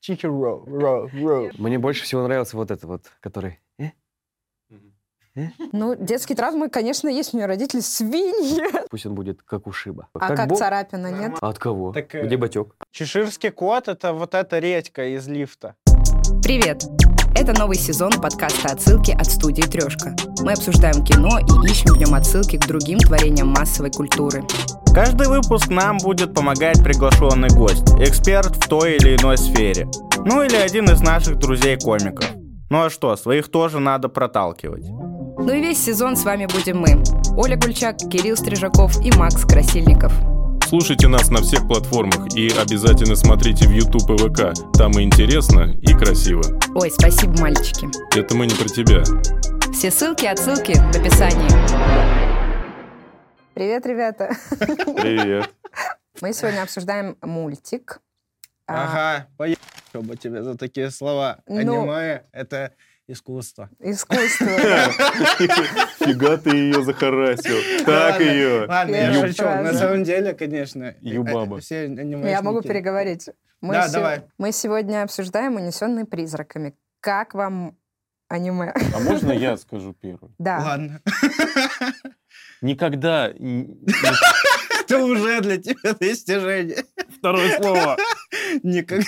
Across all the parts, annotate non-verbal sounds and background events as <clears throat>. Чичи Ро, Ро, Ро. Мне больше всего нравился вот этот вот, который... <laughs> э, Ну, детские травмы, конечно, есть у нее родители свиньи. Пусть он будет как ушиба. А как, бог? царапина, нет? А От кого? Так, э, Где батек? Чеширский кот — это вот эта редька из лифта. Привет! Это новый сезон подкаста «Отсылки» от студии «Трешка». Мы обсуждаем кино и ищем в нем отсылки к другим творениям массовой культуры. Каждый выпуск нам будет помогать приглашенный гость, эксперт в той или иной сфере. Ну или один из наших друзей-комиков. Ну а что, своих тоже надо проталкивать. Ну и весь сезон с вами будем мы. Оля Гульчак, Кирилл Стрижаков и Макс Красильников. Слушайте нас на всех платформах и обязательно смотрите в YouTube и ВК. Там и интересно, и красиво. Ой, спасибо, мальчики. Это мы не про тебя. Все ссылки и отсылки в описании. Привет, ребята. Привет. <laughs> Мы сегодня обсуждаем мультик. а, Ага, поехали бы тебе за такие слова. Ну. Аниме — это искусство. Искусство. Фига ты ее захарасил. Ладно, Э, Ладно, я Первый шучу. раз. На самом деле, конечно. Юбаба. э, Все анимешники. Я могу переговорить. Мы Да, се- давай. Мы сегодня обсуждаем «Унесенные призраками». Как вам аниме? <laughs> А можно я скажу первый? Да. Ладно. Никогда... н- <laughs> Это уже для тебя достижение. Второе слово. Никак.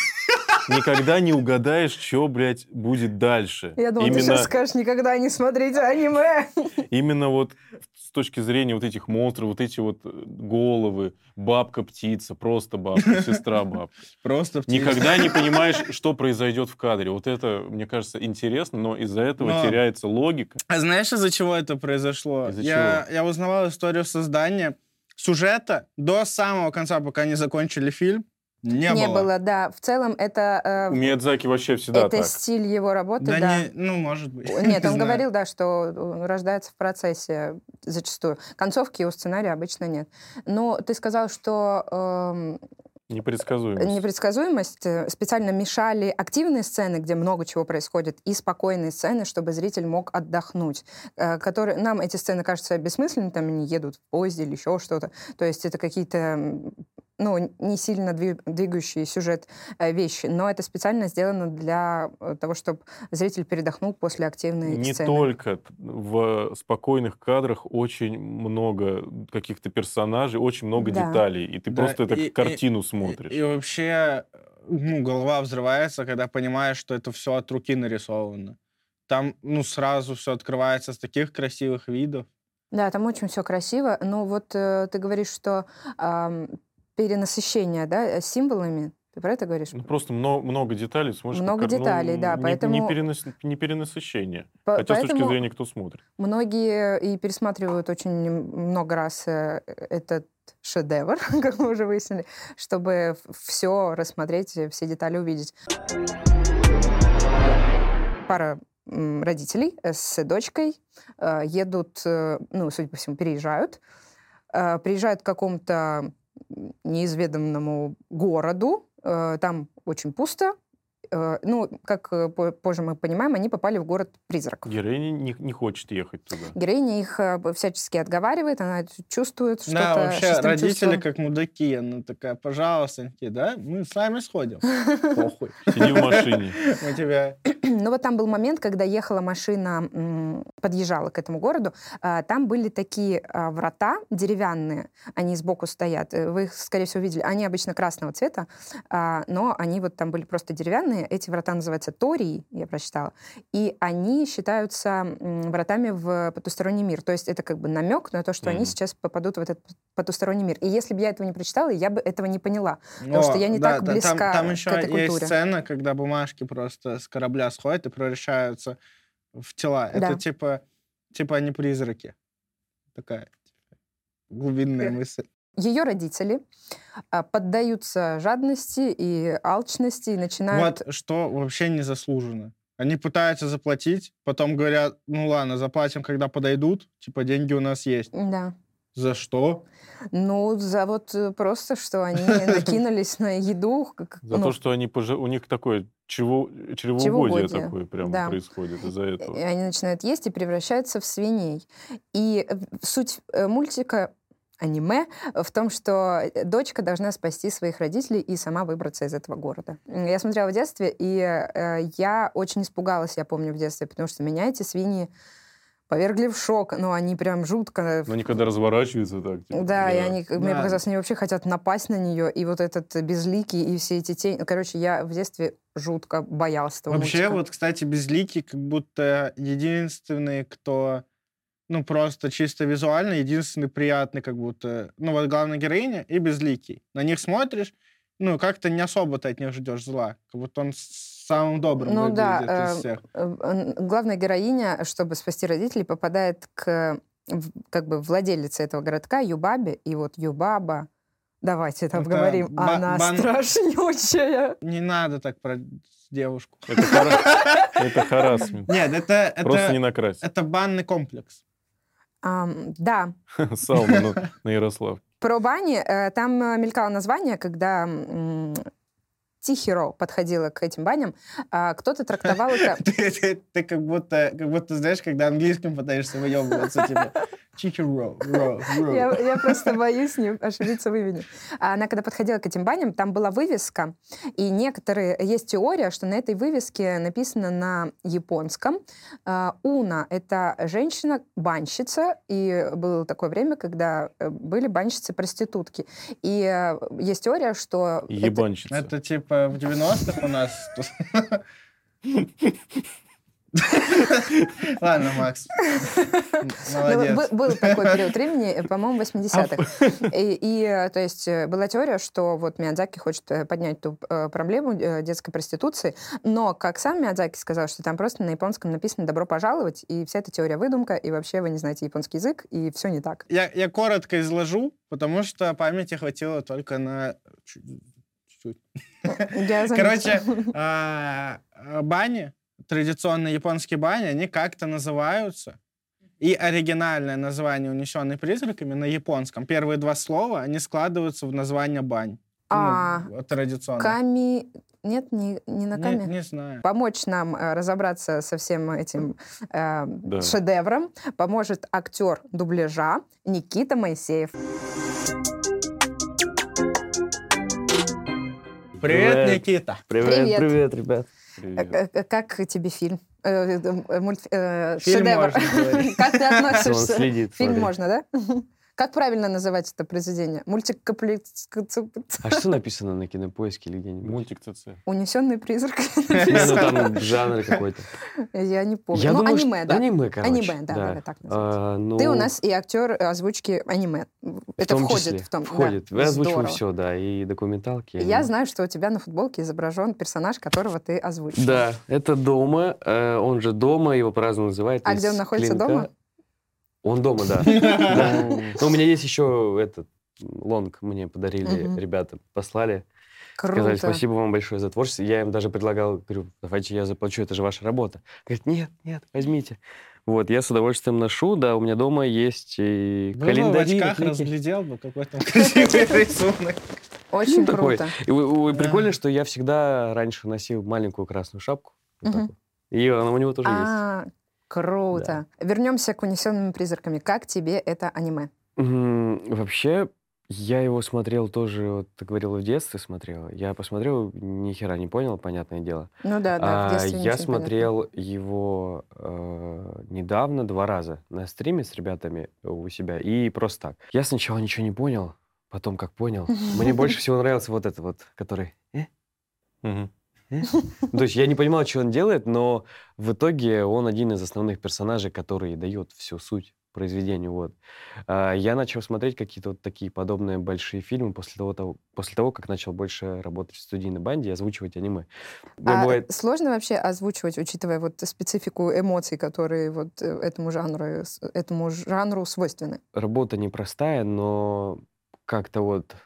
Никогда не угадаешь, что, блядь, будет дальше. Я думала, ты именно, сейчас скажешь, никогда не смотрите аниме. именно вот с точки зрения вот этих монстров, вот эти вот э, головы, бабка-птица, просто бабка, сестра-бабка. Просто птица. Никогда не понимаешь, что произойдет в кадре. Вот это, мне кажется, интересно, но из-за этого Но. теряется логика. А знаешь, из-за чего это произошло? Из-за я, я узнавал историю создания сюжета до самого конца, пока не закончили фильм. <laughs> Не, Не было. было, да. В целом, это У э, Миядзаки вообще всегда это так. стиль его работы, Да, да. не- ну, может быть. О, Не Нет, он знаю. говорил, да, что он рождается в процессе зачастую. Концовки у сценария обычно нет. Но ты сказал, что эм, Непредсказуемо. непредсказуемость э, специально мешали активные сцены, где много чего происходит, и спокойные сцены, чтобы зритель мог отдохнуть. Э, которые, нам эти сцены кажутся бессмысленными, там они едут в поезде или еще что-то. То есть это какие-то м, ну, не сильно дви- двигающие сюжет э, вещи, но это специально сделано для э, того, чтобы зритель передохнул после активной Не сцены. только т- в спокойных кадрах очень много каких-то персонажей, очень много Да. деталей, и ты Да, просто это и- как и- картину И- смотришь. И, вообще, ну, голова взрывается, когда понимаешь, что это все от руки нарисовано. Там, ну, сразу все открывается с таких красивых видов. Да, там очень все красиво. Но вот э, ты говоришь, что ам, перенасыщение, да, э, символами. Ты про это говоришь? Ну, просто мно- много, деталей, смотришь. Много как- ну, деталей, да, не- поэтому- Не, перенас- не перенасыщение. По- Хотя с поэтому точки зрения, кто смотрит. многие и пересматривают очень много раз э, этот шедевр, <laughs> как мы уже выяснили, чтобы все рассмотреть, э, все детали увидеть. Пара м, родителей э, с дочкой э, едут, э, ну, судя по всему, переезжают, э, приезжают к какому-то м, неизведанному городу, э, там очень пусто, Э, ну, как э, по- позже мы понимаем, они попали в город призраков. Героиня не, не хочет ехать <laughs> туда. Героиня их э, б- всячески отговаривает, она это чувствует что-то да, вообще, шестым родители чувством. <clears throat> как мудаки. Она такая, пожалуйста, они такие, да, мы сами <laughs> сходим. Похуй. Сиди в машине. Мы тебя... Ну вот там был момент, когда ехала машина, м, подъезжала к этому городу, а, там были такие а, врата деревянные, они сбоку стоят, э, вы их, скорее всего, видели, они обычно красного цвета, а, но они вот там были просто деревянные, эти врата называются тории, я прочитала, и они считаются м, вратами в потусторонний мир, то есть это как бы намек на то, что они Мгм. сейчас попадут в этот потусторонний мир. И если бы я этого не прочитала, я бы этого не поняла. Потому что я не так там, близка там к еще этой культуре. есть сцена, когда бумажки просто с корабля сходят и превращаются в тела. Да. Это типа, типа они призраки. Такая типа, Э, глубинная мысль. Ее родители а, поддаются жадности и алчности и начинают... Вот что вообще не заслужено. Они пытаются заплатить, потом говорят, ну ладно, заплатим, когда подойдут, типа деньги у нас есть. Да. За что? Ну, за вот э, просто, что <laughs> они накинулись на еду. как- За ну, то, что они пожи- у них такое чрево- чревоугодие Чревоугодие, такое прямо да. Э, происходит из-за этого. И они начинают есть и превращаются в свиней. И э, суть э, мультика аниме в том, что э, дочка должна спасти своих родителей и сама выбраться из этого города. Я смотрела в детстве, и э, я очень испугалась, я помню, в детстве, потому что меня эти свиньи повергли в шок. Ну, они прям жутко... э, Но Ну, они когда разворачиваются так. Да, типа, и они, мне Да. показалось, они вообще хотят напасть на нее, и вот этот безликий, и все эти тени. Короче, я в детстве жутко боялась этого Вообще, мультика. вот, кстати, безлики как будто единственные, кто, ну, просто чисто визуально, единственный приятный как будто, ну, вот главная героиня и безликий. На них смотришь, ну, как-то не особо ты от них ждешь зла. Как будто он с- самым добрым Ну выглядит да, э, из всех. Э, н- Главная героиня, чтобы спасти родителей, попадает к в- как бы владелице этого городка Юбабе, и вот Юбаба, давайте там Это говорим, Ну ба- она бан- страшнючая. Не надо так про девушку. <laughs> Это хара- это харассмент. Нет, это, Просто не это, накрась. <laughs> это банный комплекс. <laughs> Ам, да, Сауна на- на Ярослав. про бани, э, там э, мелькало название, когда м, Тихиро подходила к этим баням, а кто-то трактовал это... Ты, ты- ты как будто, как будто, знаешь, когда английским пытаешься выебываться, типа, chicken roll, roll, roll. Я, я просто боюсь не ошибиться в имени. А Она, когда подходила к этим баням, там была вывеска, и некоторые... Есть теория, что на этой вывеске написано на японском э, «Уна» — это женщина-банщица, и было такое время, когда э, были банщицы-проститутки. И э, есть теория, что... это- Ебанщица. Это типа в 90-х у нас. <laughs> тут. <laughs> Ладно, Макс. М, <laughs> Ну, Молодец. бы- был <laughs> такой период времени, э, по-моему, 80-х. И, и, э, то есть э, была теория, что вот Миядзаки хочет э, поднять ту э, проблему э, детской проституции, но, как сам Миядзаки сказал, что там просто на японском написано «добро пожаловать», и вся эта теория выдумка, и вообще вы не знаете японский язык, и все <laughs> не так. Я, я коротко изложу, потому что памяти хватило только на э, чуть- чуть. Я заметила. <laughs> Короче, а, а, бани, традиционные японские бани, они как-то называются. И оригинальное название «Унесенный призраками» на японском. Первые два слова, они складываются в название бань. А, Ну, традиционно. Ками... Нет, не, не на Не- Ками. не знаю. помочь нам э, разобраться со всем этим э, Да. шедевром поможет актер дубляжа Никита Моисеев. Привет, Привет. Никита. Привет. привет, ребят. Э, Привет. э, Как тебе фильм? Э, э, мульт- э, Фильм Шедевр. <laughs> можно <laughs> говорить. Как ты Он относишься? следит. Фильм смотри. можно, да? <laughs> Как правильно называть это произведение? Мультик А что написано на кинопоиске или где-нибудь? <laughs> Мультик ЦЦ. Унесенный призрак. <laughs> Не, ну там жанр какой-то. Я не помню. Я Ну, думаю, что- аниме, да? Аниме, короче. Аниме, да, да, так называется. А, ну, Ты у нас и актер озвучки аниме. в Это том входит числе. в том. да. Входит. Вы озвучиваем Здорово. все, да, и документалки. и Я аниме. знаю, что у тебя на футболке изображен персонаж, которого ты озвучил. Да, это дома, э, он же дома, его по-разному называют. А из где он находится, клинка. дома? Он дома, <laughs> да. Да. Но у меня есть еще этот лонг мне подарили, Мгм. ребята послали. Круто. Сказали, спасибо вам большое за творчество. Я им даже предлагал, говорю, давайте я заплачу, это же ваша работа. Говорит, нет, нет, возьмите. Вот, я с удовольствием ношу, да, у меня дома есть и Был бы в календари. очках и книги. разглядел бы, какой там <laughs> красивый рисунок. Очень Ну, такой. круто. И, у- у- Да. прикольно, что я всегда раньше носил маленькую красную шапку. вот Мгм. такую. И она у него тоже есть. А, круто. Вернемся к унесенным призраками. Как тебе это аниме? М, Вообще, я его смотрел тоже, вот ты говорил, в детстве смотрел. Я посмотрел, ни хера не понял, понятное дело. Ну да, да, в А, детстве ничего я не смотрел его э, недавно два раза на стриме с ребятами у себя и просто так. Я сначала ничего не понял, потом как понял. Мне <laughs> больше всего нравился вот этот вот, который... «Э, Мгм. <laughs> то есть я не понимал, что он делает, но в итоге он один из основных персонажей, который дает всю суть произведению. Вот. А, Я начал смотреть какие-то вот такие подобные большие фильмы после того, того- после того, как начал больше работать в студийной банде и озвучивать аниме. понятно. А Бывает- Сложно вообще озвучивать, учитывая вот специфику эмоций, которые вот э, этому жанру, с- этому жанру свойственны. Работа непростая, но как-то вот,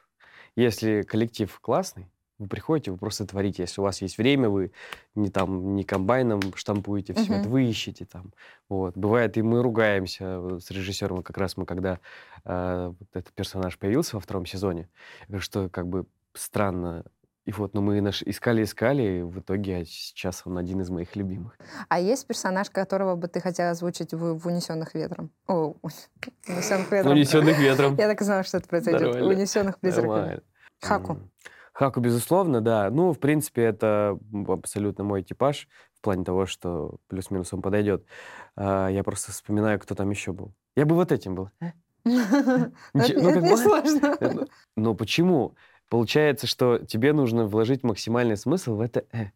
если коллектив классный, вы приходите, вы просто творите. Если у вас есть время, вы не там не комбайном штампуете все Мгм. это, вы ищете там. Вот. Бывает, и мы ругаемся вот с режиссером, как раз мы, когда а, э, вот этот персонаж появился во втором сезоне, я говорю, что как бы странно И вот, но мы наш... искали, искали, и в итоге а сейчас он один из моих любимых. А есть персонаж, которого бы ты хотела озвучить в, в «Унесенных ветром»? О, <laughs> «Унесенных ветром». Унесенных ветром. <laughs> Я так и знала, что это произойдет. Нормально. «Унесенных призраками». Нормально. Хаку. М. Хаку, безусловно, да. Ну, в принципе, это абсолютно мой типаж в плане того, что плюс-минус он подойдет. А, Я просто вспоминаю, кто там еще был. Я бы вот этим был. Ну, Ничего- <laughs> Это ну, это как не бы- сложно. Э, Но почему? Получается, что тебе нужно вложить максимальный смысл в это «э».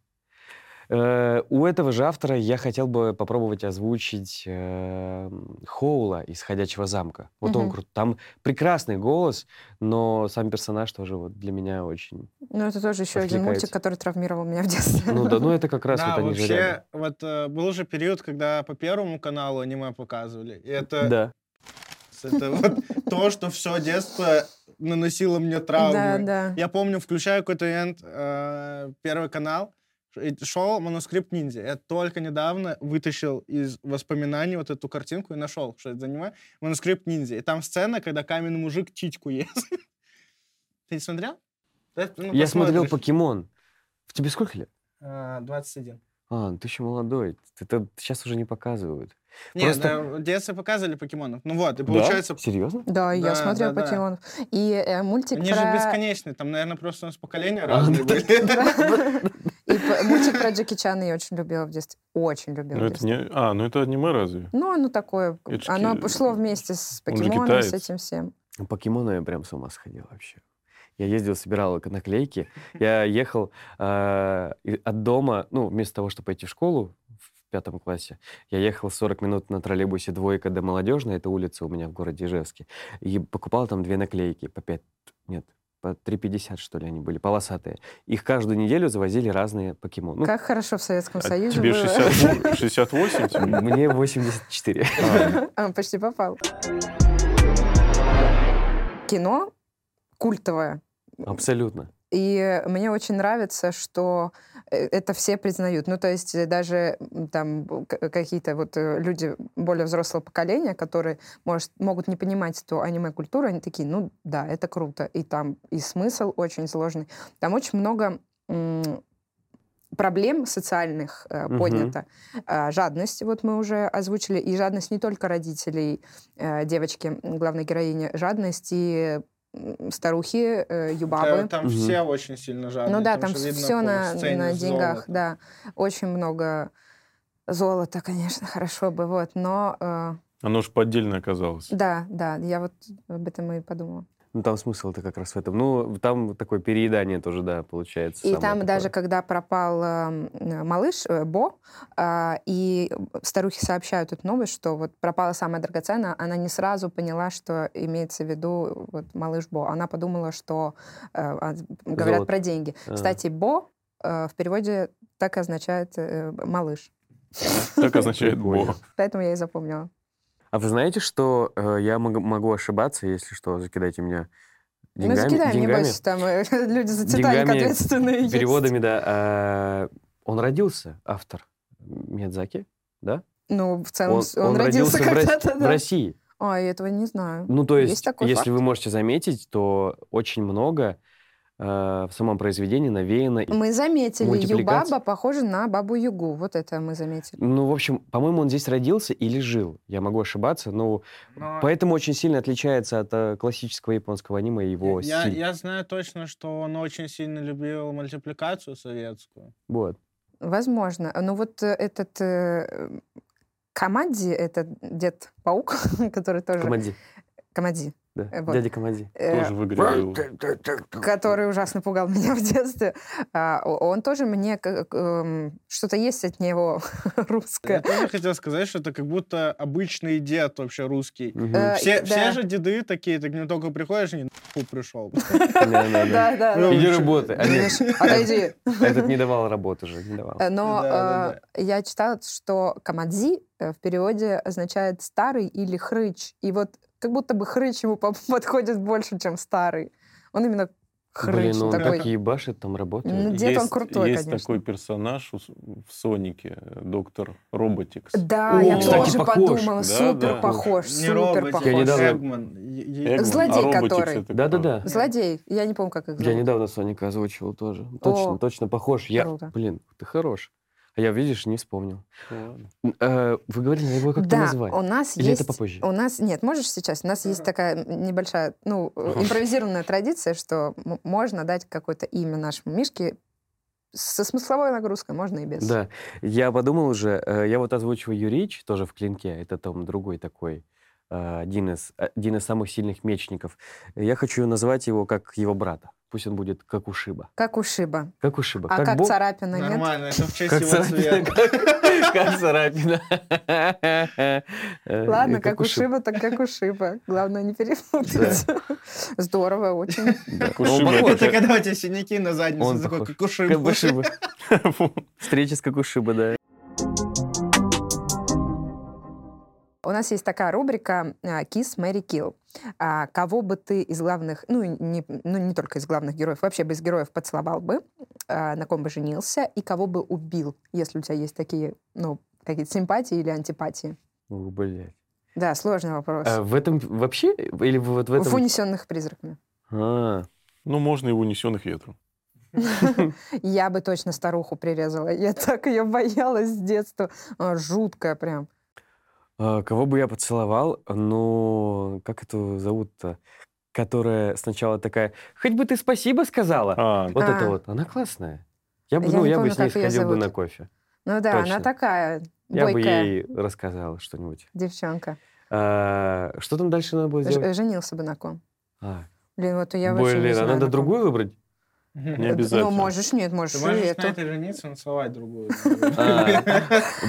Э, У этого же автора я хотел бы попробовать озвучить э, Хоула из «Ходячего замка». Вот он Мгм. крут. Там прекрасный голос, но сам персонаж тоже вот для меня очень... Ну, это тоже еще один Отвлекается. мультик, который травмировал меня в детстве. Ну да, ну это как раз Да, вот они же рядом. вообще, вот э, был же период, когда по Первому каналу аниме показывали. И это, Да. это вот то, что все детство наносило мне травмы. <laughs> Да, да. Я помню, включаю какой-то момент э, Первый канал, и шел «Манускрипт ниндзя». Я только недавно вытащил из воспоминаний вот эту картинку и нашел, что это за аниме. «Манускрипт ниндзя». И там сцена, когда каменный мужик чичку ест. <laughs> Ты не смотрел? Да, ну, Я смотрел посмотришь. «Покемон». В тебе сколько лет? А, 21. А, ну ты еще молодой. Это сейчас уже не показывают. Нет, Просто- да, в детстве показывали покемонов. Ну вот, и Да? получается... Серьезно? Да, Да, я смотрела да, да. покемонов. И э, мультик Они же про... бесконечные, там, наверное, просто у нас поколения А, разные да. были. <laughs> И п- мультик про Джеки Чана я очень любила в детстве. Очень любила Ну, в это детстве. не... А, ну это аниме разве? Ну, оно такое. Это ж Оно ки- пошло вместе с он же покемоном, с китаец. этим всем. Ну, Покемоны я прям с ума сходил вообще. Я ездил, собирал к- <laughs> наклейки. Я ехал э, и- от дома, ну, вместо того, чтобы пойти в школу в пятом классе, я ехал 40 минут на троллейбусе «Двойка» до Молодежной, это улица у меня в городе Ижевске, и покупал там две наклейки по 5, нет, по 3,50, что ли, они были, полосатые. Их каждую неделю завозили разные покемоны. Ну, Как хорошо в Советском А Союзе тебе было. 60 68? <laughs> тебе? Мне 84. <laughs> А, Почти попал. Кино культовое. Абсолютно. И мне очень нравится, что э, это все признают. Ну, то есть э, даже м, там б- к- какие-то вот э, люди более взрослого поколения, которые может, могут не понимать эту аниме-культуру, они такие, ну да, это круто. И там и смысл очень сложный. Там очень много м, проблем социальных э, Мгм. поднято. А, жадность, вот мы уже озвучили, и жадность не только родителей э, девочки, м, главной героини, жадность и м, старухи, э, <laughs> юбабы. Там там Мгм. все очень сильно жадные. Ну да, потому там что видно все по на, сцене на деньгах, золото. да. Очень много золота, конечно, <laughs> хорошо бы, вот. Но э, Оно же поддельно оказалось. да, да, я вот об этом и подумала. Ну, там смысл-то как раз в этом. Ну, там такое переедание тоже, да, получается. И самое там такое. даже, когда пропал э, м, малыш э, Бо, а, и старухи сообщают эту новость, что вот пропала самая драгоценная, она не сразу поняла, что имеется в виду вот, малыш Бо. Она подумала, что э, а, говорят Золото. про деньги. А. Кстати, Бо э, в переводе так и означает э, малыш. Так означает Прикольно. Бог. Поэтому я и запомнила. А вы знаете, что э, я мог- могу ошибаться, если что, закидайте меня Ну, деньгами? закидаем, деньгами, небось, там э, <laughs> люди за «Титаник» Деньгами, ответственные есть. переводами, да. А, он родился, автор Миядзаки, да? Ну, в целом, с- он, родился, в, Рос- когда-то, в да. России. А, я этого не знаю. Ну, то Есть есть, такой если факт. вы можете заметить, то очень много э, в самом произведении навеяно... Мы заметили, Мультипликация. Юбаба похожа на Бабу Югу. Вот это мы заметили. Ну, в общем, по-моему, он здесь родился или жил. Я могу ошибаться, но Но Поэтому очень сильно отличается от э, классического японского аниме его я, стиль. я знаю точно, что он очень сильно любил мультипликацию советскую. Вот. Возможно. Ну, вот э, этот э, Камадзи, это Дед Паук, <laughs> который тоже... Команди. Камадзи. Да. Э, вот. Дядя Команди. э, Тоже в игре был. который ужасно пугал меня в детстве. а, о- он тоже мне... как, эм, Что-то есть от него <laughs> Я русское. тоже хотел сказать, что это как будто обычный дед вообще русский. Мгм. Э, Все, да. все же деды такие, ты к нему только приходишь, и фу, пришел. Да-да-да. Да, да, да. Ну, Иди вообще. работай. А нет, А Отойди. Этот не давал работы же, не давал. Э, Но Да, да, э, я читала, что камадзи э, в переводе означает старый или <laughs> хрыч. И вот как будто бы хрыч ему по- подходит больше, чем старый. Он именно хрыч Блин, ну он такой. так ебашит, там работает. Ну, дед он крутой, Есть конечно. такой персонаж у с- в «Сонике», э, доктор Роботикс. Да, О, я кстати, тоже похож. подумала, Да, <laughs> супер да. похож, Не супер робот, похож. Я недавно- Эгман. Е- е- Эгман, Злодей, а Роботикс который. это кто? Да-да-да. Злодей, я не помню, как их Я зовут. недавно Соника озвучивал тоже. О, Точно, точно похож. Я, круто. блин, ты хорош. А я, видишь, не вспомнил. Ну, ладно. Н- э, Вы говорили, надо было как-то да, назвать. у нас Или есть... это попозже? У нас... Нет, можешь сейчас? У нас есть такая небольшая, ну, э, импровизированная традиция, что м- можно дать какое-то имя нашему Мишке со смысловой нагрузкой, можно и без. Да, я подумал уже, э, я вот озвучиваю Юрич тоже в «Клинке», это там другой такой, э, один из, один из самых сильных мечников. Я хочу назвать его как его брата. Пусть он будет как Ушиба. Как ушиба. Как Ушиба. А как, Бог- царапина, нет? Нормально, это в честь Как его царапина. цвета. как- <laughs> Как царапина. Э, Ладно, и как ушиба, так как ушиба. Главное не перепутать. <laughs> Здорово очень. Да. Как Ушиба, Он это похож. Это когда у тебя синяки на заднице, Он такой, похож. как у Шимы. <laughs> Как Ушиба. Встреча с как Ушиба, да. У нас есть такая рубрика а, «Кис, Мэри, Килл». А, Кого бы ты из главных, ну и не, ну не только из главных героев, вообще бы из героев поцеловал бы, а, на ком бы женился, и кого бы убил, если у тебя есть такие, ну, какие-то симпатии или антипатии? Ух, блядь. Да, сложный вопрос. А В этом вообще? Или вот в В этом? «Унесенных призраками». А, Ну, можно и в «Унесенных ветром». Я бы точно старуху прирезала. Я <laughs> так ее боялась с детства. А, Жуткая прям. А, Кого бы я поцеловал? Ну, как это зовут-то? Которая сначала такая, хоть бы ты спасибо сказала. А, Вот это А. вот. Она классная. Я бы, Я ну, не я бы помню, с ней как её сходил бы зовут. на кофе. Ну да, она Точно. такая Я бы бойкая ей рассказал что-нибудь. девчонка. А, Что там дальше надо было Ж- сделать? женился бы на ком. А, Блин, вот Э, я вообще не Блин, а знаю, на надо ком. другую выбрать? не Ты Ну, обязательно. можешь, нет, можешь и можешь эту. снять и жениться, нацеловать другую. <laughs> <laughs> А,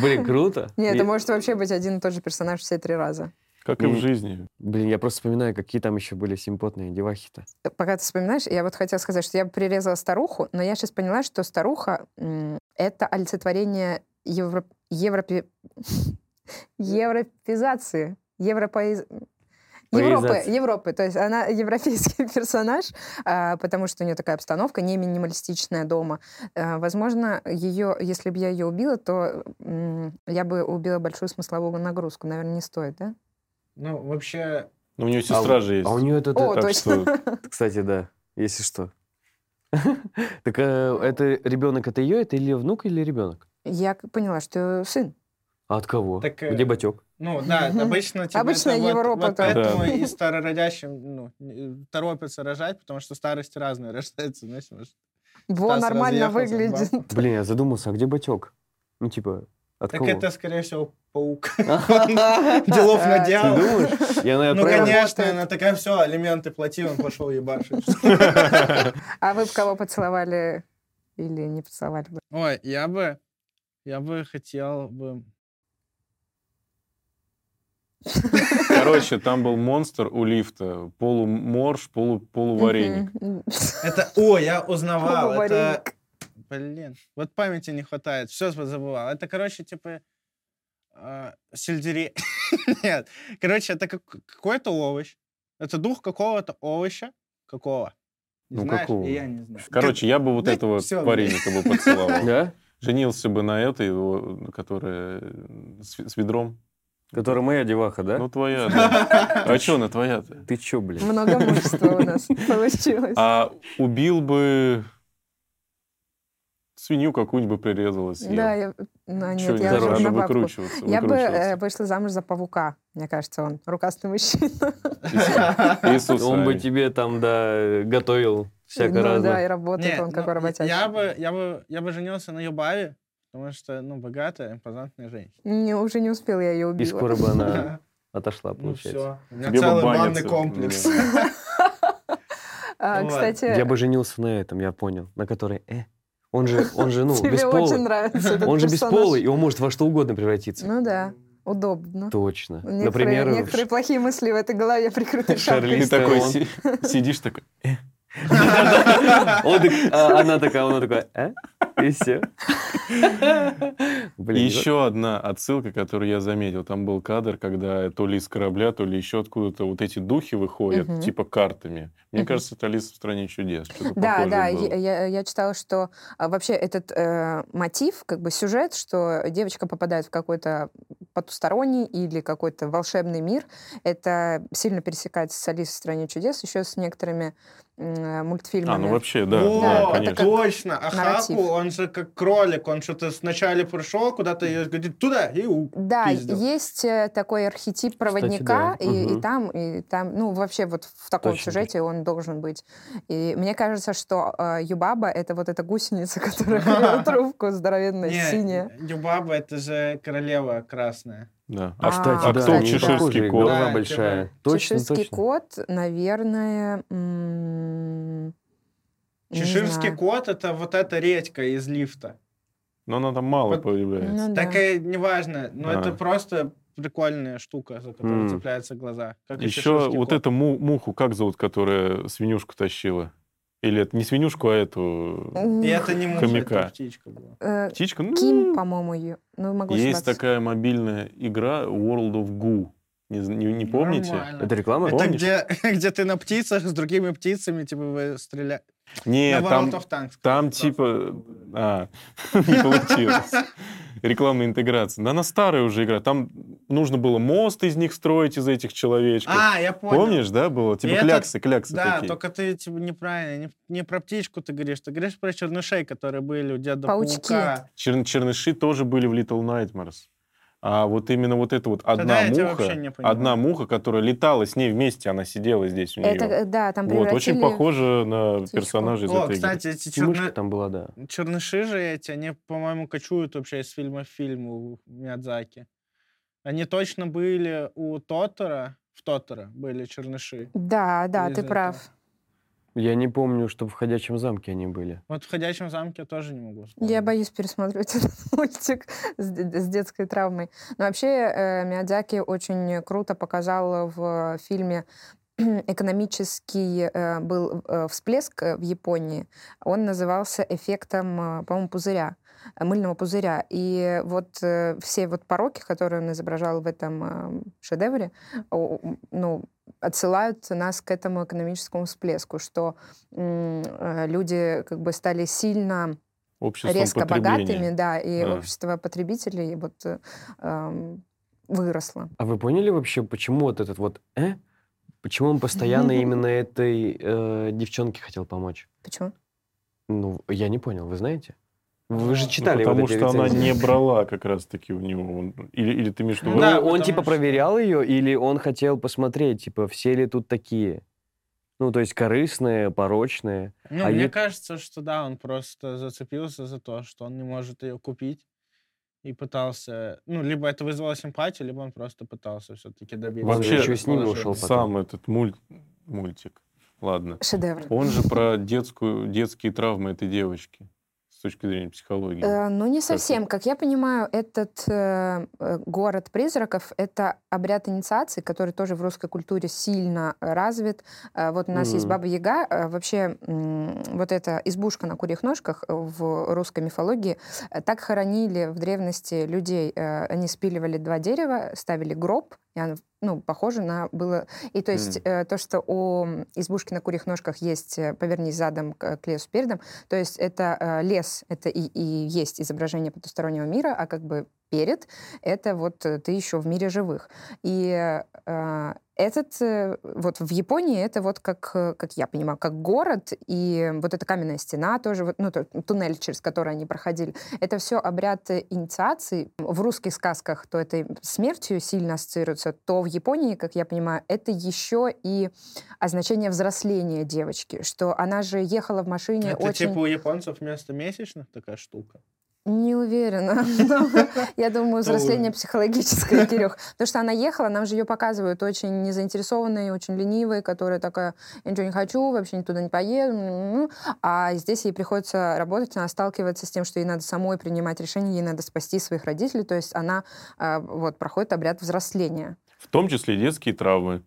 Блин, круто. <laughs> Нет, это И- может вообще быть один и тот же персонаж все три раза. Как и в И- жизни. Блин, я просто вспоминаю, какие там еще были симпотные девахи-то. Пока ты вспоминаешь, я вот хотела сказать, что я бы прирезала старуху, но я сейчас поняла, что старуха м, это олицетворение евро... европе... <laughs> европизации. Европоиз... Европы, Поизации. Европы, то есть она <laughs> европейский персонаж, а, потому что у нее такая обстановка не минималистичная дома. Э, Возможно, ее, если бы я ее убила, то м, я бы убила большую смысловую нагрузку. Наверное, не стоит, да? Ну, вообще, Ну, у нее сестра у- же есть. А у нее это... О, так точно. Кстати, да, если что. <laughs> Так э, это ребенок, это ее, это или внук, или ребенок? Я к- поняла, что э, сын. А от кого? Так, э, Где батек? ну да, обычно... типа, Обычно это вот- Европа Вот там. поэтому Да. и старородящим ну, не- торопятся рожать, потому что старости разные <laughs> рождаются, знаешь, может. Во, Стас нормально разъехался, выглядит. бам. Блин, я задумался, а где батек? Ну, типа, от Так кого? это, скорее всего, <laughs> паук. <laughs> Делов Да. Ты надел. думаешь? Я, <laughs> наверное, Ну, отправил. конечно, она такая, все, алименты плати, он пошел <laughs> ебашить. А вы б кого поцеловали или не поцеловали бы? Ой, я бы... Я бы хотел бы... Короче, там был монстр у лифта. Полуморж, полу, полувареник. <laughs> Мгм. Это... О, я узнавал. Это... Вареник. Блин, вот памяти не хватает, все забывал. Это, короче, типа э, сельдерей. <laughs> Нет, короче, это как- какой-то овощ. Это дух какого-то овоща. Какого? Не Ну, знаешь? какого? И я не знаю. Короче, я бы вот Да этого всё, вареника бы <laughs> поцеловал. Да? Женился бы на этой, его, которая э, с с ведром. Который моя деваха, да? <laughs> Ну, твоя, да. А что она твоя-то? Ты чё, блин? Много мужества у <laughs> нас получилось. А убил бы... Свинью какую-нибудь бы прирезала, съел. Да, я... ну, Чё, нет, не я знаю, уже надо на бабку. выкручиваться, Я бы э, выкручиваться. вышла замуж за павука. Мне кажется, он рукастый мужчина. <laughs> Ну, Иисус- Иисус Он бы Ай. тебе там, да, готовил <laughs> всякое Ну да, и разное. работает Нет, он ну, какой работящий. я бы, я бы, я бы женился на Юбаве, потому что, ну, богатая, импозантная женщина. Не, уже не успела я ее И убила. скоро <laughs> бы она отошла, Ну получается. все. У меня Тебе бы целый баня банный целая, комплекс. А, Ну Кстати, Я бы женился на этом, я понял. На которой, э, он же, он же, ну, без <laughs> тебе очень пола. нравится этот Он же без персонаж. пола, и он может во что угодно превратиться. Ну да, удобно. Точно. Некоторые, Например, <laughs> некоторые плохие мысли в этой голове прикрыты Шарлиз шапкой. Ты такой Стерон. си- сидишь такой, «Э, <laughs> <laughs> Он так, а, Она такая, он такой, а? И <laughs> все. И еще одна отсылка, которую я заметил. Там был кадр, когда то ли из корабля, то ли еще откуда-то вот эти духи выходят, Мгм. типа картами. Мне Мгм. кажется, это «Алиса в стране чудес». Что-то Да, похожее да, было. А, я, я- я читала, что а, вообще этот э, мотив, как бы сюжет, что девочка попадает в какой-то потусторонний или какой-то волшебный мир, это сильно пересекается с «Алисой в стране чудес», еще с некоторыми м, э, мультфильмами. А, ну вообще, да, О, да, это конечно. как точно. А нарратив. Хаку, он же как кролик, он что-то сначала пришел, куда-то и говорит, туда, и у- Да, пиздил. есть э, такой архетип проводника, да. и, и Мгм. там, и там, ну, вообще вот в таком Точно, сюжете он должен быть. И мне кажется, что э, Юбаба — это вот эта гусеница, <laughs> которая берет трубку, здоровенная, Не, синяя. Юбаба, это же королева красная. Да. А, А, кстати, а да, кто они чеширский похожие, кот? Да, Голова типа, большая. Точно, Чеширский точно. кот, наверное... м, не Чеширский знаю. кот — это вот эта редька из лифта. Но она там мало Вот- появляется. Ну да. Такая, неважно, но А. это просто прикольная штука, за которую М. цепляются глаза. Как и Еще чеширский вот кот. эту му- муху, как зовут, которая свинюшку тащила? Или это не свинюшку, а эту М, И это не муха, Хомяка. это птичка была. э, птичку? Ну, Ким, по-моему, ее. Ну, могу Есть ошибаться. такая мобильная игра World of Goo. Не, з- не- не помните? Нормально. Это реклама? Это помнишь? где, <laughs> где ты на птицах с другими птицами, типа, вы стреляете. Не, на там, World of Tanks. там Да. типа... А, <laughs> <laughs> не получилось. Рекламная интеграция. Да она старая уже игра. Там нужно было мост из них строить, из этих человечков. А, я понял. Помнишь, да, было? Типа И это- кляксы, кляксы Да, такие. только ты типа, неправильно, не, не про птичку ты говоришь, ты говоришь про чернышей, которые были у деда Паучки. Паука. Чер- черныши тоже были в Little Nightmares. А вот именно вот эта вот Тогда одна я тебя муха, вообще не понимаю. одна муха, которая летала с ней вместе, она сидела здесь у нее. Это, э, да, там вот, очень превратили- похоже на птичку. персонажа из О, этой игры. кстати, эти черны- Мышка там была, да. черныши же эти, они, по-моему, кочуют вообще из фильма в фильм у Миядзаки. Они точно были у Тотора, в Тотора были черныши. Да, да, Из ты этого. прав. Я не помню, что в «Ходячем замке» они были. Вот в «Ходячем замке» я тоже не могу вспомнить. Я боюсь пересматривать <laughs> этот мультик с, де- с детской травмой. Но вообще э, Миядзаки очень круто показал в фильме <clears throat> экономический э, был э, всплеск э, в Японии. Он назывался эффектом, э, по-моему, пузыря, э, мыльного пузыря. И вот э, все вот пороки, которые он изображал в этом э, шедевре, о- о- ну, отсылают нас к этому экономическому всплеску, что м, э, люди как бы стали сильно Обществом резко потребления. богатыми, да, и Да. общество потребителей вот э, эм, выросло. А вы поняли вообще, почему вот этот вот «э»? Почему он постоянно именно этой э, девчонке хотел помочь? Почему? Ну, я не понял, вы знаете? Вы же Ну, Ну, читали вот потому эти что она рецензии. <laughs> не брала как раз-таки у него. Он- Или, или ты имеешь в виду... Ну, Да, он потому типа что- проверял ее, или он хотел посмотреть, типа, все ли тут такие? Ну, то есть корыстные, порочные. Ну, А мне е- кажется, что да, он просто зацепился за то, что он не может ее купить. И пытался, ну, либо это вызвало симпатию, либо он просто пытался все-таки добиться. Вообще, своего еще с ними положения. ушел. Сам этот муль- мультик. Ладно. Шедевр. Он же про детскую, детские травмы этой девочки с точки зрения психологии. Э, ну, не совсем. Как я понимаю, этот э, э, город призраков — это обряд инициации, который тоже в русской культуре сильно э, развит. Э, вот у нас есть Мгм. Баба Яга. Э, вообще, м, вот эта избушка на курьих ножках э, в русской мифологии. э, так хоронили в древности людей. Э, они спиливали два дерева, ставили гроб, и оно, ну, похоже на было... И то есть Мгм. э, то, что у м, избушки на курьих ножках есть э, «Повернись задом к, к лесу передом», то есть это э, лес, это и, и есть изображение потустороннего мира, а как бы перед это вот э, ты еще в мире живых. И э, этот э, вот в Японии это вот как э, как я понимаю как город и вот эта каменная стена тоже вот ну то- туннель через который они проходили. Это все обряд э, инициации. В русских сказках то это смертью сильно ассоциируется, то в Японии, как я понимаю, это еще и означение взросления девочки, что она же ехала в машине Это очень типа у японцев вместо месячных такая штука. не уверена. <laughs> но Я думаю, Кто взросление уверен? психологическое, Кирюх. Потому что она ехала, нам же ее показывают очень незаинтересованной, очень ленивой, которая такая, я ничего не хочу, вообще туда не поеду. м-м-м». А здесь ей приходится работать, она сталкивается с тем, что ей надо самой принимать решения, ей надо спасти своих родителей. э, То есть она а, вот проходит обряд взросления. В том числе детские травмы.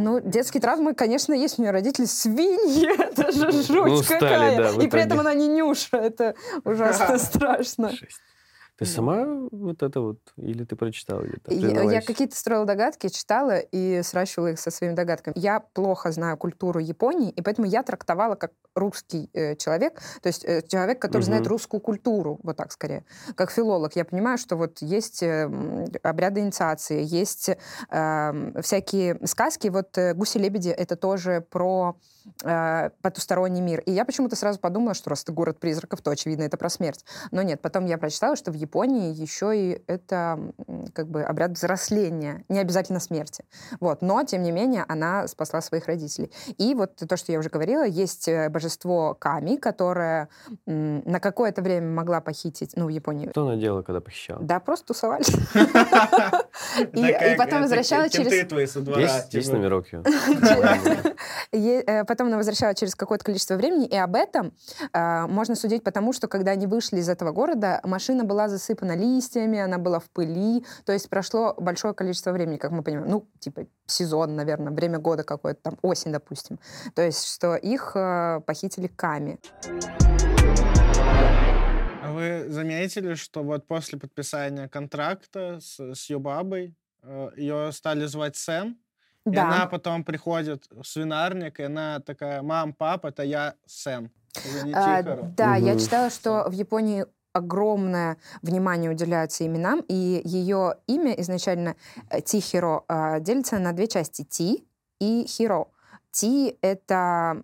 Ну, детские травмы, конечно, есть. У меня родители свиньи. <laughs> Это же жуть Ну, стали, какая. да, в И при итоге. этом она не Нюша. Это <laughs> ужасно страшно. Жесть. Ты сама вот это вот? Или ты прочитала где-то? Я, я Признавайся. какие-то строила догадки, читала и сращивала их со своими догадками. Я плохо знаю культуру Японии, и поэтому я трактовала как русский э, человек, то есть э, человек, который знает Мгм. русскую культуру, вот так скорее, как филолог. Я понимаю, что вот есть э, м, обряды инициации, есть э, всякие сказки. Вот э, «Гуси-лебеди» — это тоже про э, потусторонний мир. И я почему-то сразу подумала, что раз это город призраков, то, очевидно, это про смерть. Но нет, потом я прочитала, что в Японии еще и это м, как бы обряд взросления, не обязательно смерти. Вот. Но, тем не менее, она спасла своих родителей. И вот то, что я уже говорила, есть э, божество Ками, которое м, на какое-то время могла похитить, ну, в Японии. Что она делала, когда похищала? Да, просто тусовались. И- Такая, И потом э, возвращала такие через... кенты твои со двора, есть, есть типа. номерок её? Е- э, Потом она возвращала через какое-то количество времени, и об этом э, можно судить потому, что когда они вышли из этого города, машина была засыпана листьями, она была в пыли, то есть прошло большое количество времени, как мы понимаем, ну, типа сезон, наверное, время года какое-то, там осень, допустим. То есть, что их э, похитили Ками. А вы заметили, что вот после подписания контракта с, с Юбабой ее стали звать Сэм? И Да. она потом приходит в свинарник, и она такая, мам, пап, это я Сэм. Извините, А, Хикару». да, я Мгм. читала, что в Японии огромное внимание уделяется именам, и ее имя изначально э, Тихиро э, делится на две части Ти и Хиро. Ти это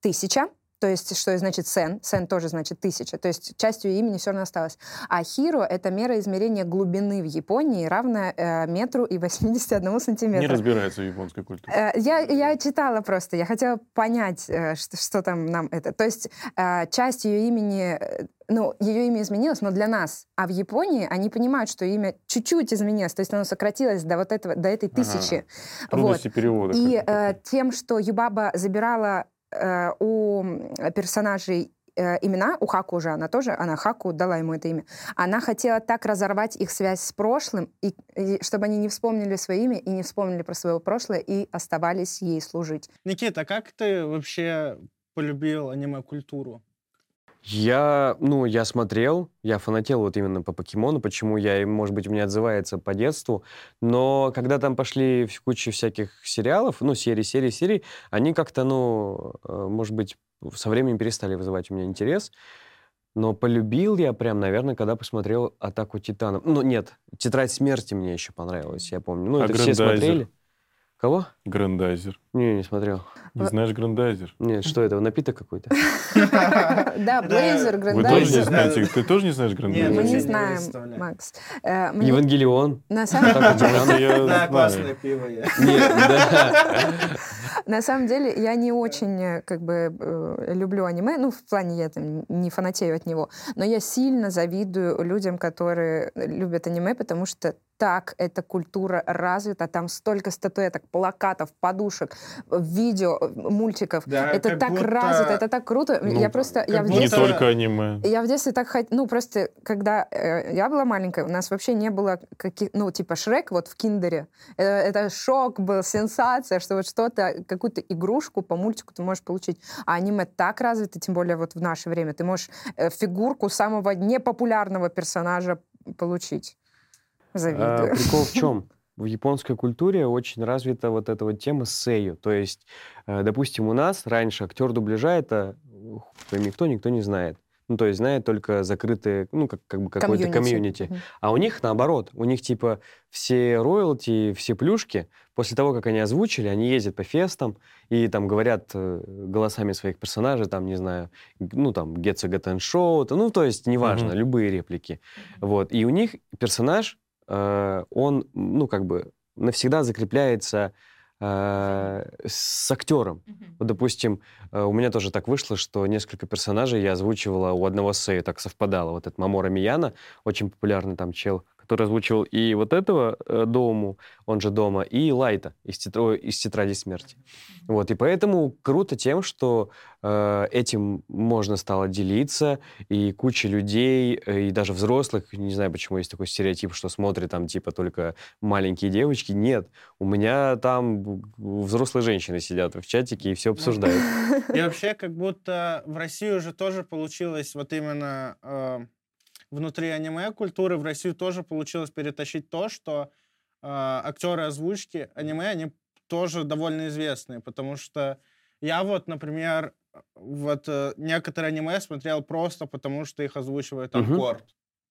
тысяча, то есть что и значит сен, сен тоже значит тысяча, то есть частью имени все равно осталось. А хиро это мера измерения глубины в Японии, равная э, метру и 81 Не сантиметру. разбирается в японской культуре. Э, Я, я читала просто, я хотела понять, э, что, что там нам это. То есть э, часть ее имени, э, ну, ее имя изменилось, но для нас. А в Японии они понимают, что имя чуть-чуть изменилось, то есть оно сократилось до вот этого, до этой Ага. Э, тысячи. Вот. Трудности перевода. И как бы, э, такие. тем, что Юбаба забирала э, у м, персонажей э, имена, у Хаку уже она тоже, она Хаку дала ему это имя, она хотела так разорвать их связь с прошлым, и, и чтобы они не вспомнили свое имя и не вспомнили про свое прошлое и оставались ей служить. Никита, а как ты вообще полюбил аниме-культуру? <laughs> Я, ну, я смотрел, я фанател вот именно по покемону, почему я, и, может быть, у меня отзывается по детству, но когда там пошли в- куча всяких сериалов, ну, серий, серий, серий, они как-то, ну, э, может быть, со временем перестали вызывать у меня интерес, но полюбил я прям, наверное, когда посмотрел «Атаку Титанов». Ну, нет, «Тетрадь смерти» мне еще понравилась, я помню. Ну, А это все «Грандайзер»? смотрели. Кого? Грандайзер. Не, не смотрел. Не знаешь грандайзер? Нет, что это, напиток какой-то? Да, Блейзер, Вы тоже не Грандайзер. Грандайзер. знаете? Ты тоже не знаешь грандайзер? Мы Я не не знаем, представляю. Макс. Э, мне- «Евангелион». На самом «Атака Ну, это <laughs> Титанов». я знаю. пиво я. Нет, да. На самом деле, я не очень э, как бы э, люблю аниме, ну, в плане я там не фанатею от него, но я сильно завидую людям, которые любят аниме, потому что так эта культура развита, там столько статуэток, плакатов, подушек, э, видео, э, мультиков. Да, это как так будто- развито, это так круто. Ну, я просто, я как в будто- Не детстве... только аниме. Я в детстве так хотела, ну просто, когда э, я была маленькая, у нас вообще не было каких, ну типа Шрек вот в Киндере, Э, это шок был, сенсация, что вот что-то, какую-то игрушку по мультику ты можешь получить, а аниме так развито, тем более вот в наше время, ты можешь э, фигурку самого непопулярного персонажа получить. А, Завидую. Прикол в чем? В японской культуре очень развита вот эта вот тема сею. То есть, э, допустим, у нас раньше актер дубляжа это ух, пойми кто, никто не знает. Ну, то есть знает только закрытые, ну, как, как бы какое-то комьюнити. Мгм. А у них наоборот. У них, типа, все роялти, все плюшки, после того, как они озвучили, они ездят по фестам и там говорят э, голосами своих персонажей, там, не знаю, г- ну, там, Гетсо Гатен Шоу, ну, то есть, неважно, Мгм. любые реплики. Вот. И у них персонаж, э, он, ну, как бы, навсегда закрепляется э, с актером. Вот, допустим, э, у меня тоже так вышло, что несколько персонажей я озвучивала у одного сея, так совпадало. Вот этот Мамора Мияна, очень популярный там чел, который озвучивал и вот этого э, Дому, он же Дома, и Лайта из, тетра- ой, из «Тетради смерти». Вот, и поэтому круто тем, что э, этим можно стало делиться, и куча людей, э, и даже взрослых, не знаю, почему есть такой стереотип, что смотрят там типа только маленькие девочки. Нет, у меня там взрослые женщины сидят в чатике и все обсуждают. И вообще, как будто в России уже тоже получилось вот именно э, внутри аниме-культуры, в Россию тоже получилось перетащить то, что э, актеры озвучки аниме, они тоже довольно известные, потому что я вот, например, вот э, некоторые аниме смотрел просто потому, что их озвучивает Мгм. аккорд.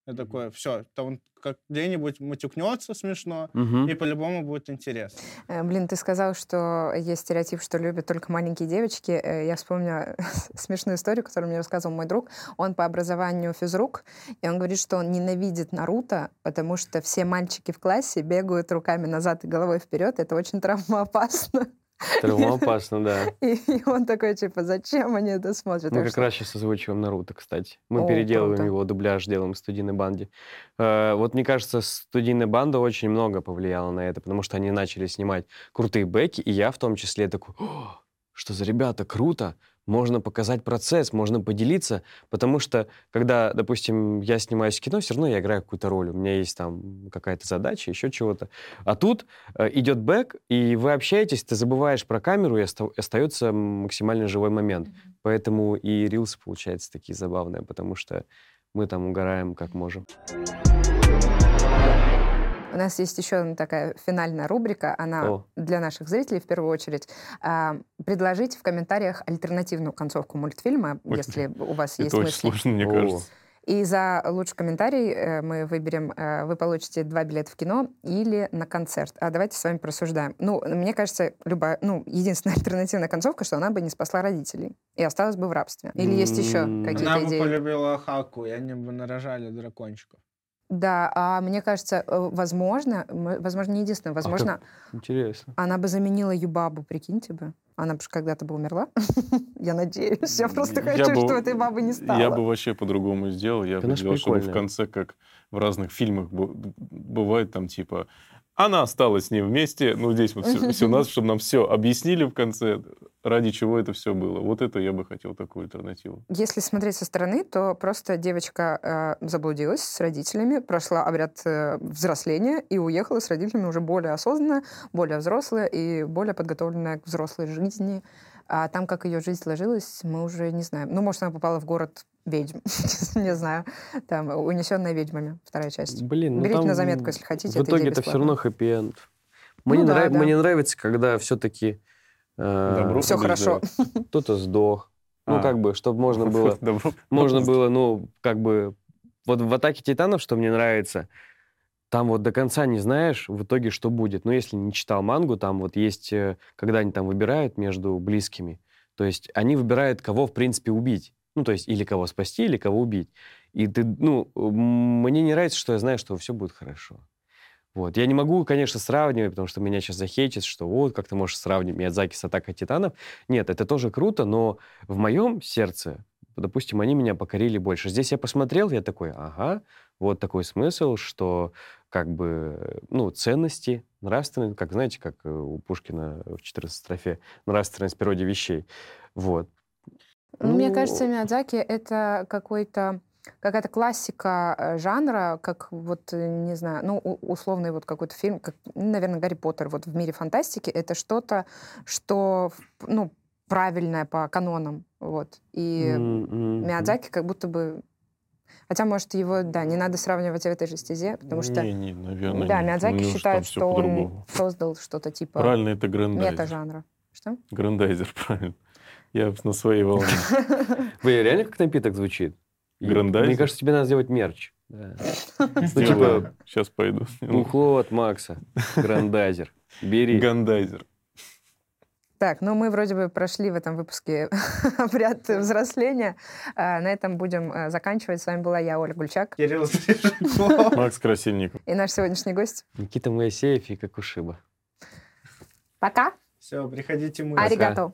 Я такой, все, там он как где-нибудь матюкнется смешно, Мгм. и по-любому будет интересно. Э, Блин, ты сказал, что есть стереотип, что любят только маленькие девочки. Э, Я вспомнила <laughs> смешную историю, которую мне рассказывал мой друг. Он по образованию физрук, и он говорит, что он ненавидит Наруто, потому что все мальчики в классе бегают руками назад и головой вперед. Это очень травмоопасно. <laughs> Травмоопасно, да. И он такой, типа, зачем они это смотрят? Мы Так Ну, как что- раз сейчас озвучиваем Наруто, кстати. Мы О, переделываем круто. его дубляж, делаем в студийной банде. Э, вот мне кажется, студийная банда очень много повлияла на это, потому что они начали снимать крутые бэки, и я в том числе такой, «О, что за ребята, круто! Можно показать процесс, можно поделиться, потому что, когда, допустим, я снимаюсь в кино, все равно я играю какую-то роль, у меня есть там какая-то задача, еще чего-то. А тут э, идет бэк, и вы общаетесь, ты забываешь про камеру, и оста- остается максимально живой момент. Поэтому и рилсы получаются такие забавные, потому что мы там угораем как можем. У нас есть еще одна такая финальная рубрика. Она О. для наших зрителей в первую очередь. А, Предложите в комментариях альтернативную концовку мультфильма, Ой, если у вас есть Это очень мысли. сложно, мне О. кажется. И за лучший комментарий э, мы выберем, э, вы получите два билета в кино или на концерт. А давайте с вами просуждаем. Ну, мне кажется, любая, ну, единственная <laughs> альтернативная концовка, что она бы не спасла родителей и осталась бы в рабстве. Или есть еще М, какие-то Она бы идеи? полюбила Хаку, и они бы нарожали дракончиков. Да, а мне кажется, э, возможно, м- возможно, не А единственное, возможно, Интересно. она бы заменила Юбабу, прикиньте бы. Она бы ж когда-то бы умерла. <laughs> Я надеюсь. Я просто Я хочу, бы- чтобы этой бабы не стало. Я бы вообще по-другому сделал. Я бы Конечно, сделал, чтобы в прикольно. конце, как в разных фильмах бу- бывает там, типа, она осталась с ним вместе, ну, здесь вот все, у нас, чтобы нам все объяснили в конце, ради чего это все было. Вот это я бы хотел, такую альтернативу. Если смотреть со стороны, то просто девочка э, заблудилась с родителями, прошла обряд э, взросления и уехала с родителями уже более осознанная, более взрослая и более подготовленная к взрослой жизни. А там, как ее жизнь сложилась, мы уже не знаем. Ну, может, она попала в город ведьм, <laughs> не знаю. Там унесенная ведьмами, вторая часть. Блин, ну Берите там на заметку, если хотите. В эта идея итоге это все бесплатная. равно хэппи-энд. Мне, Ну не да, нрав- да. мне нравится, когда все-таки А. Добро Всё хорошо. кто-то сдох. Ну, А. как бы, чтобы <laughs> можно было Добро. можно было, ну, как бы... Вот в «Атаке титанов», что мне нравится, там вот до конца не знаешь в итоге, что будет. Ну, если не читал мангу, там вот есть... э, Когда они там выбирают между близкими, то есть они выбирают, кого, в принципе, убить. Ну, то есть или кого спасти, или кого убить. И ты, ну, м, мне не нравится, что я знаю, что все будет хорошо. Вот. Я не могу, конечно, сравнивать, потому что меня сейчас захейтят, что вот, как ты можешь сравнивать Миядзаки с «Атакой титанов». Нет, это тоже круто, но в моем сердце допустим, они меня покорили больше. Здесь я посмотрел, я такой, ага, вот такой смысл, что как бы, э, ну, ценности нравственные, как, знаете, как э, у Пушкина в 14 строфе, нравственность в природе вещей. Вот. Ну, мне Ну, кажется, Миядзаки — это какой-то какая-то классика э, жанра, как вот, э, не знаю, ну, у- условный вот какой-то фильм, как, наверное, Гарри Поттер вот в мире фантастики, это что-то, что, в- ну, правильное по канонам, вот. И м, м, м. Миядзаки как будто бы... Хотя, может, его, да, не надо сравнивать в этой же стезе, потому что... Не, не, наверное, да, нет. У Миядзаки него же там считает, всё что он по-другому. создал что-то типа Правильно, это грандайзер. мета-жанра. Что? Грандайзер, <laughs> правильно. Я на своей волне. Блин, реально как напиток звучит? И Грандайзер? Мне кажется, тебе надо сделать мерч. Да. Ну, типа, ну, Сейчас пойду. бухло от Макса, грандайзер. Бери. Грандайзер. Так, ну мы вроде бы прошли в этом выпуске <laughs> обряд взросления. А, На этом будем э, заканчивать. С вами была я, Оля <laughs> Гульчак, Кирилл Стрижаков. Макс Красильников. и наш сегодняшний гость. Никита Моисеев и Какушиба. Пока! Все, приходите мы. Аригато!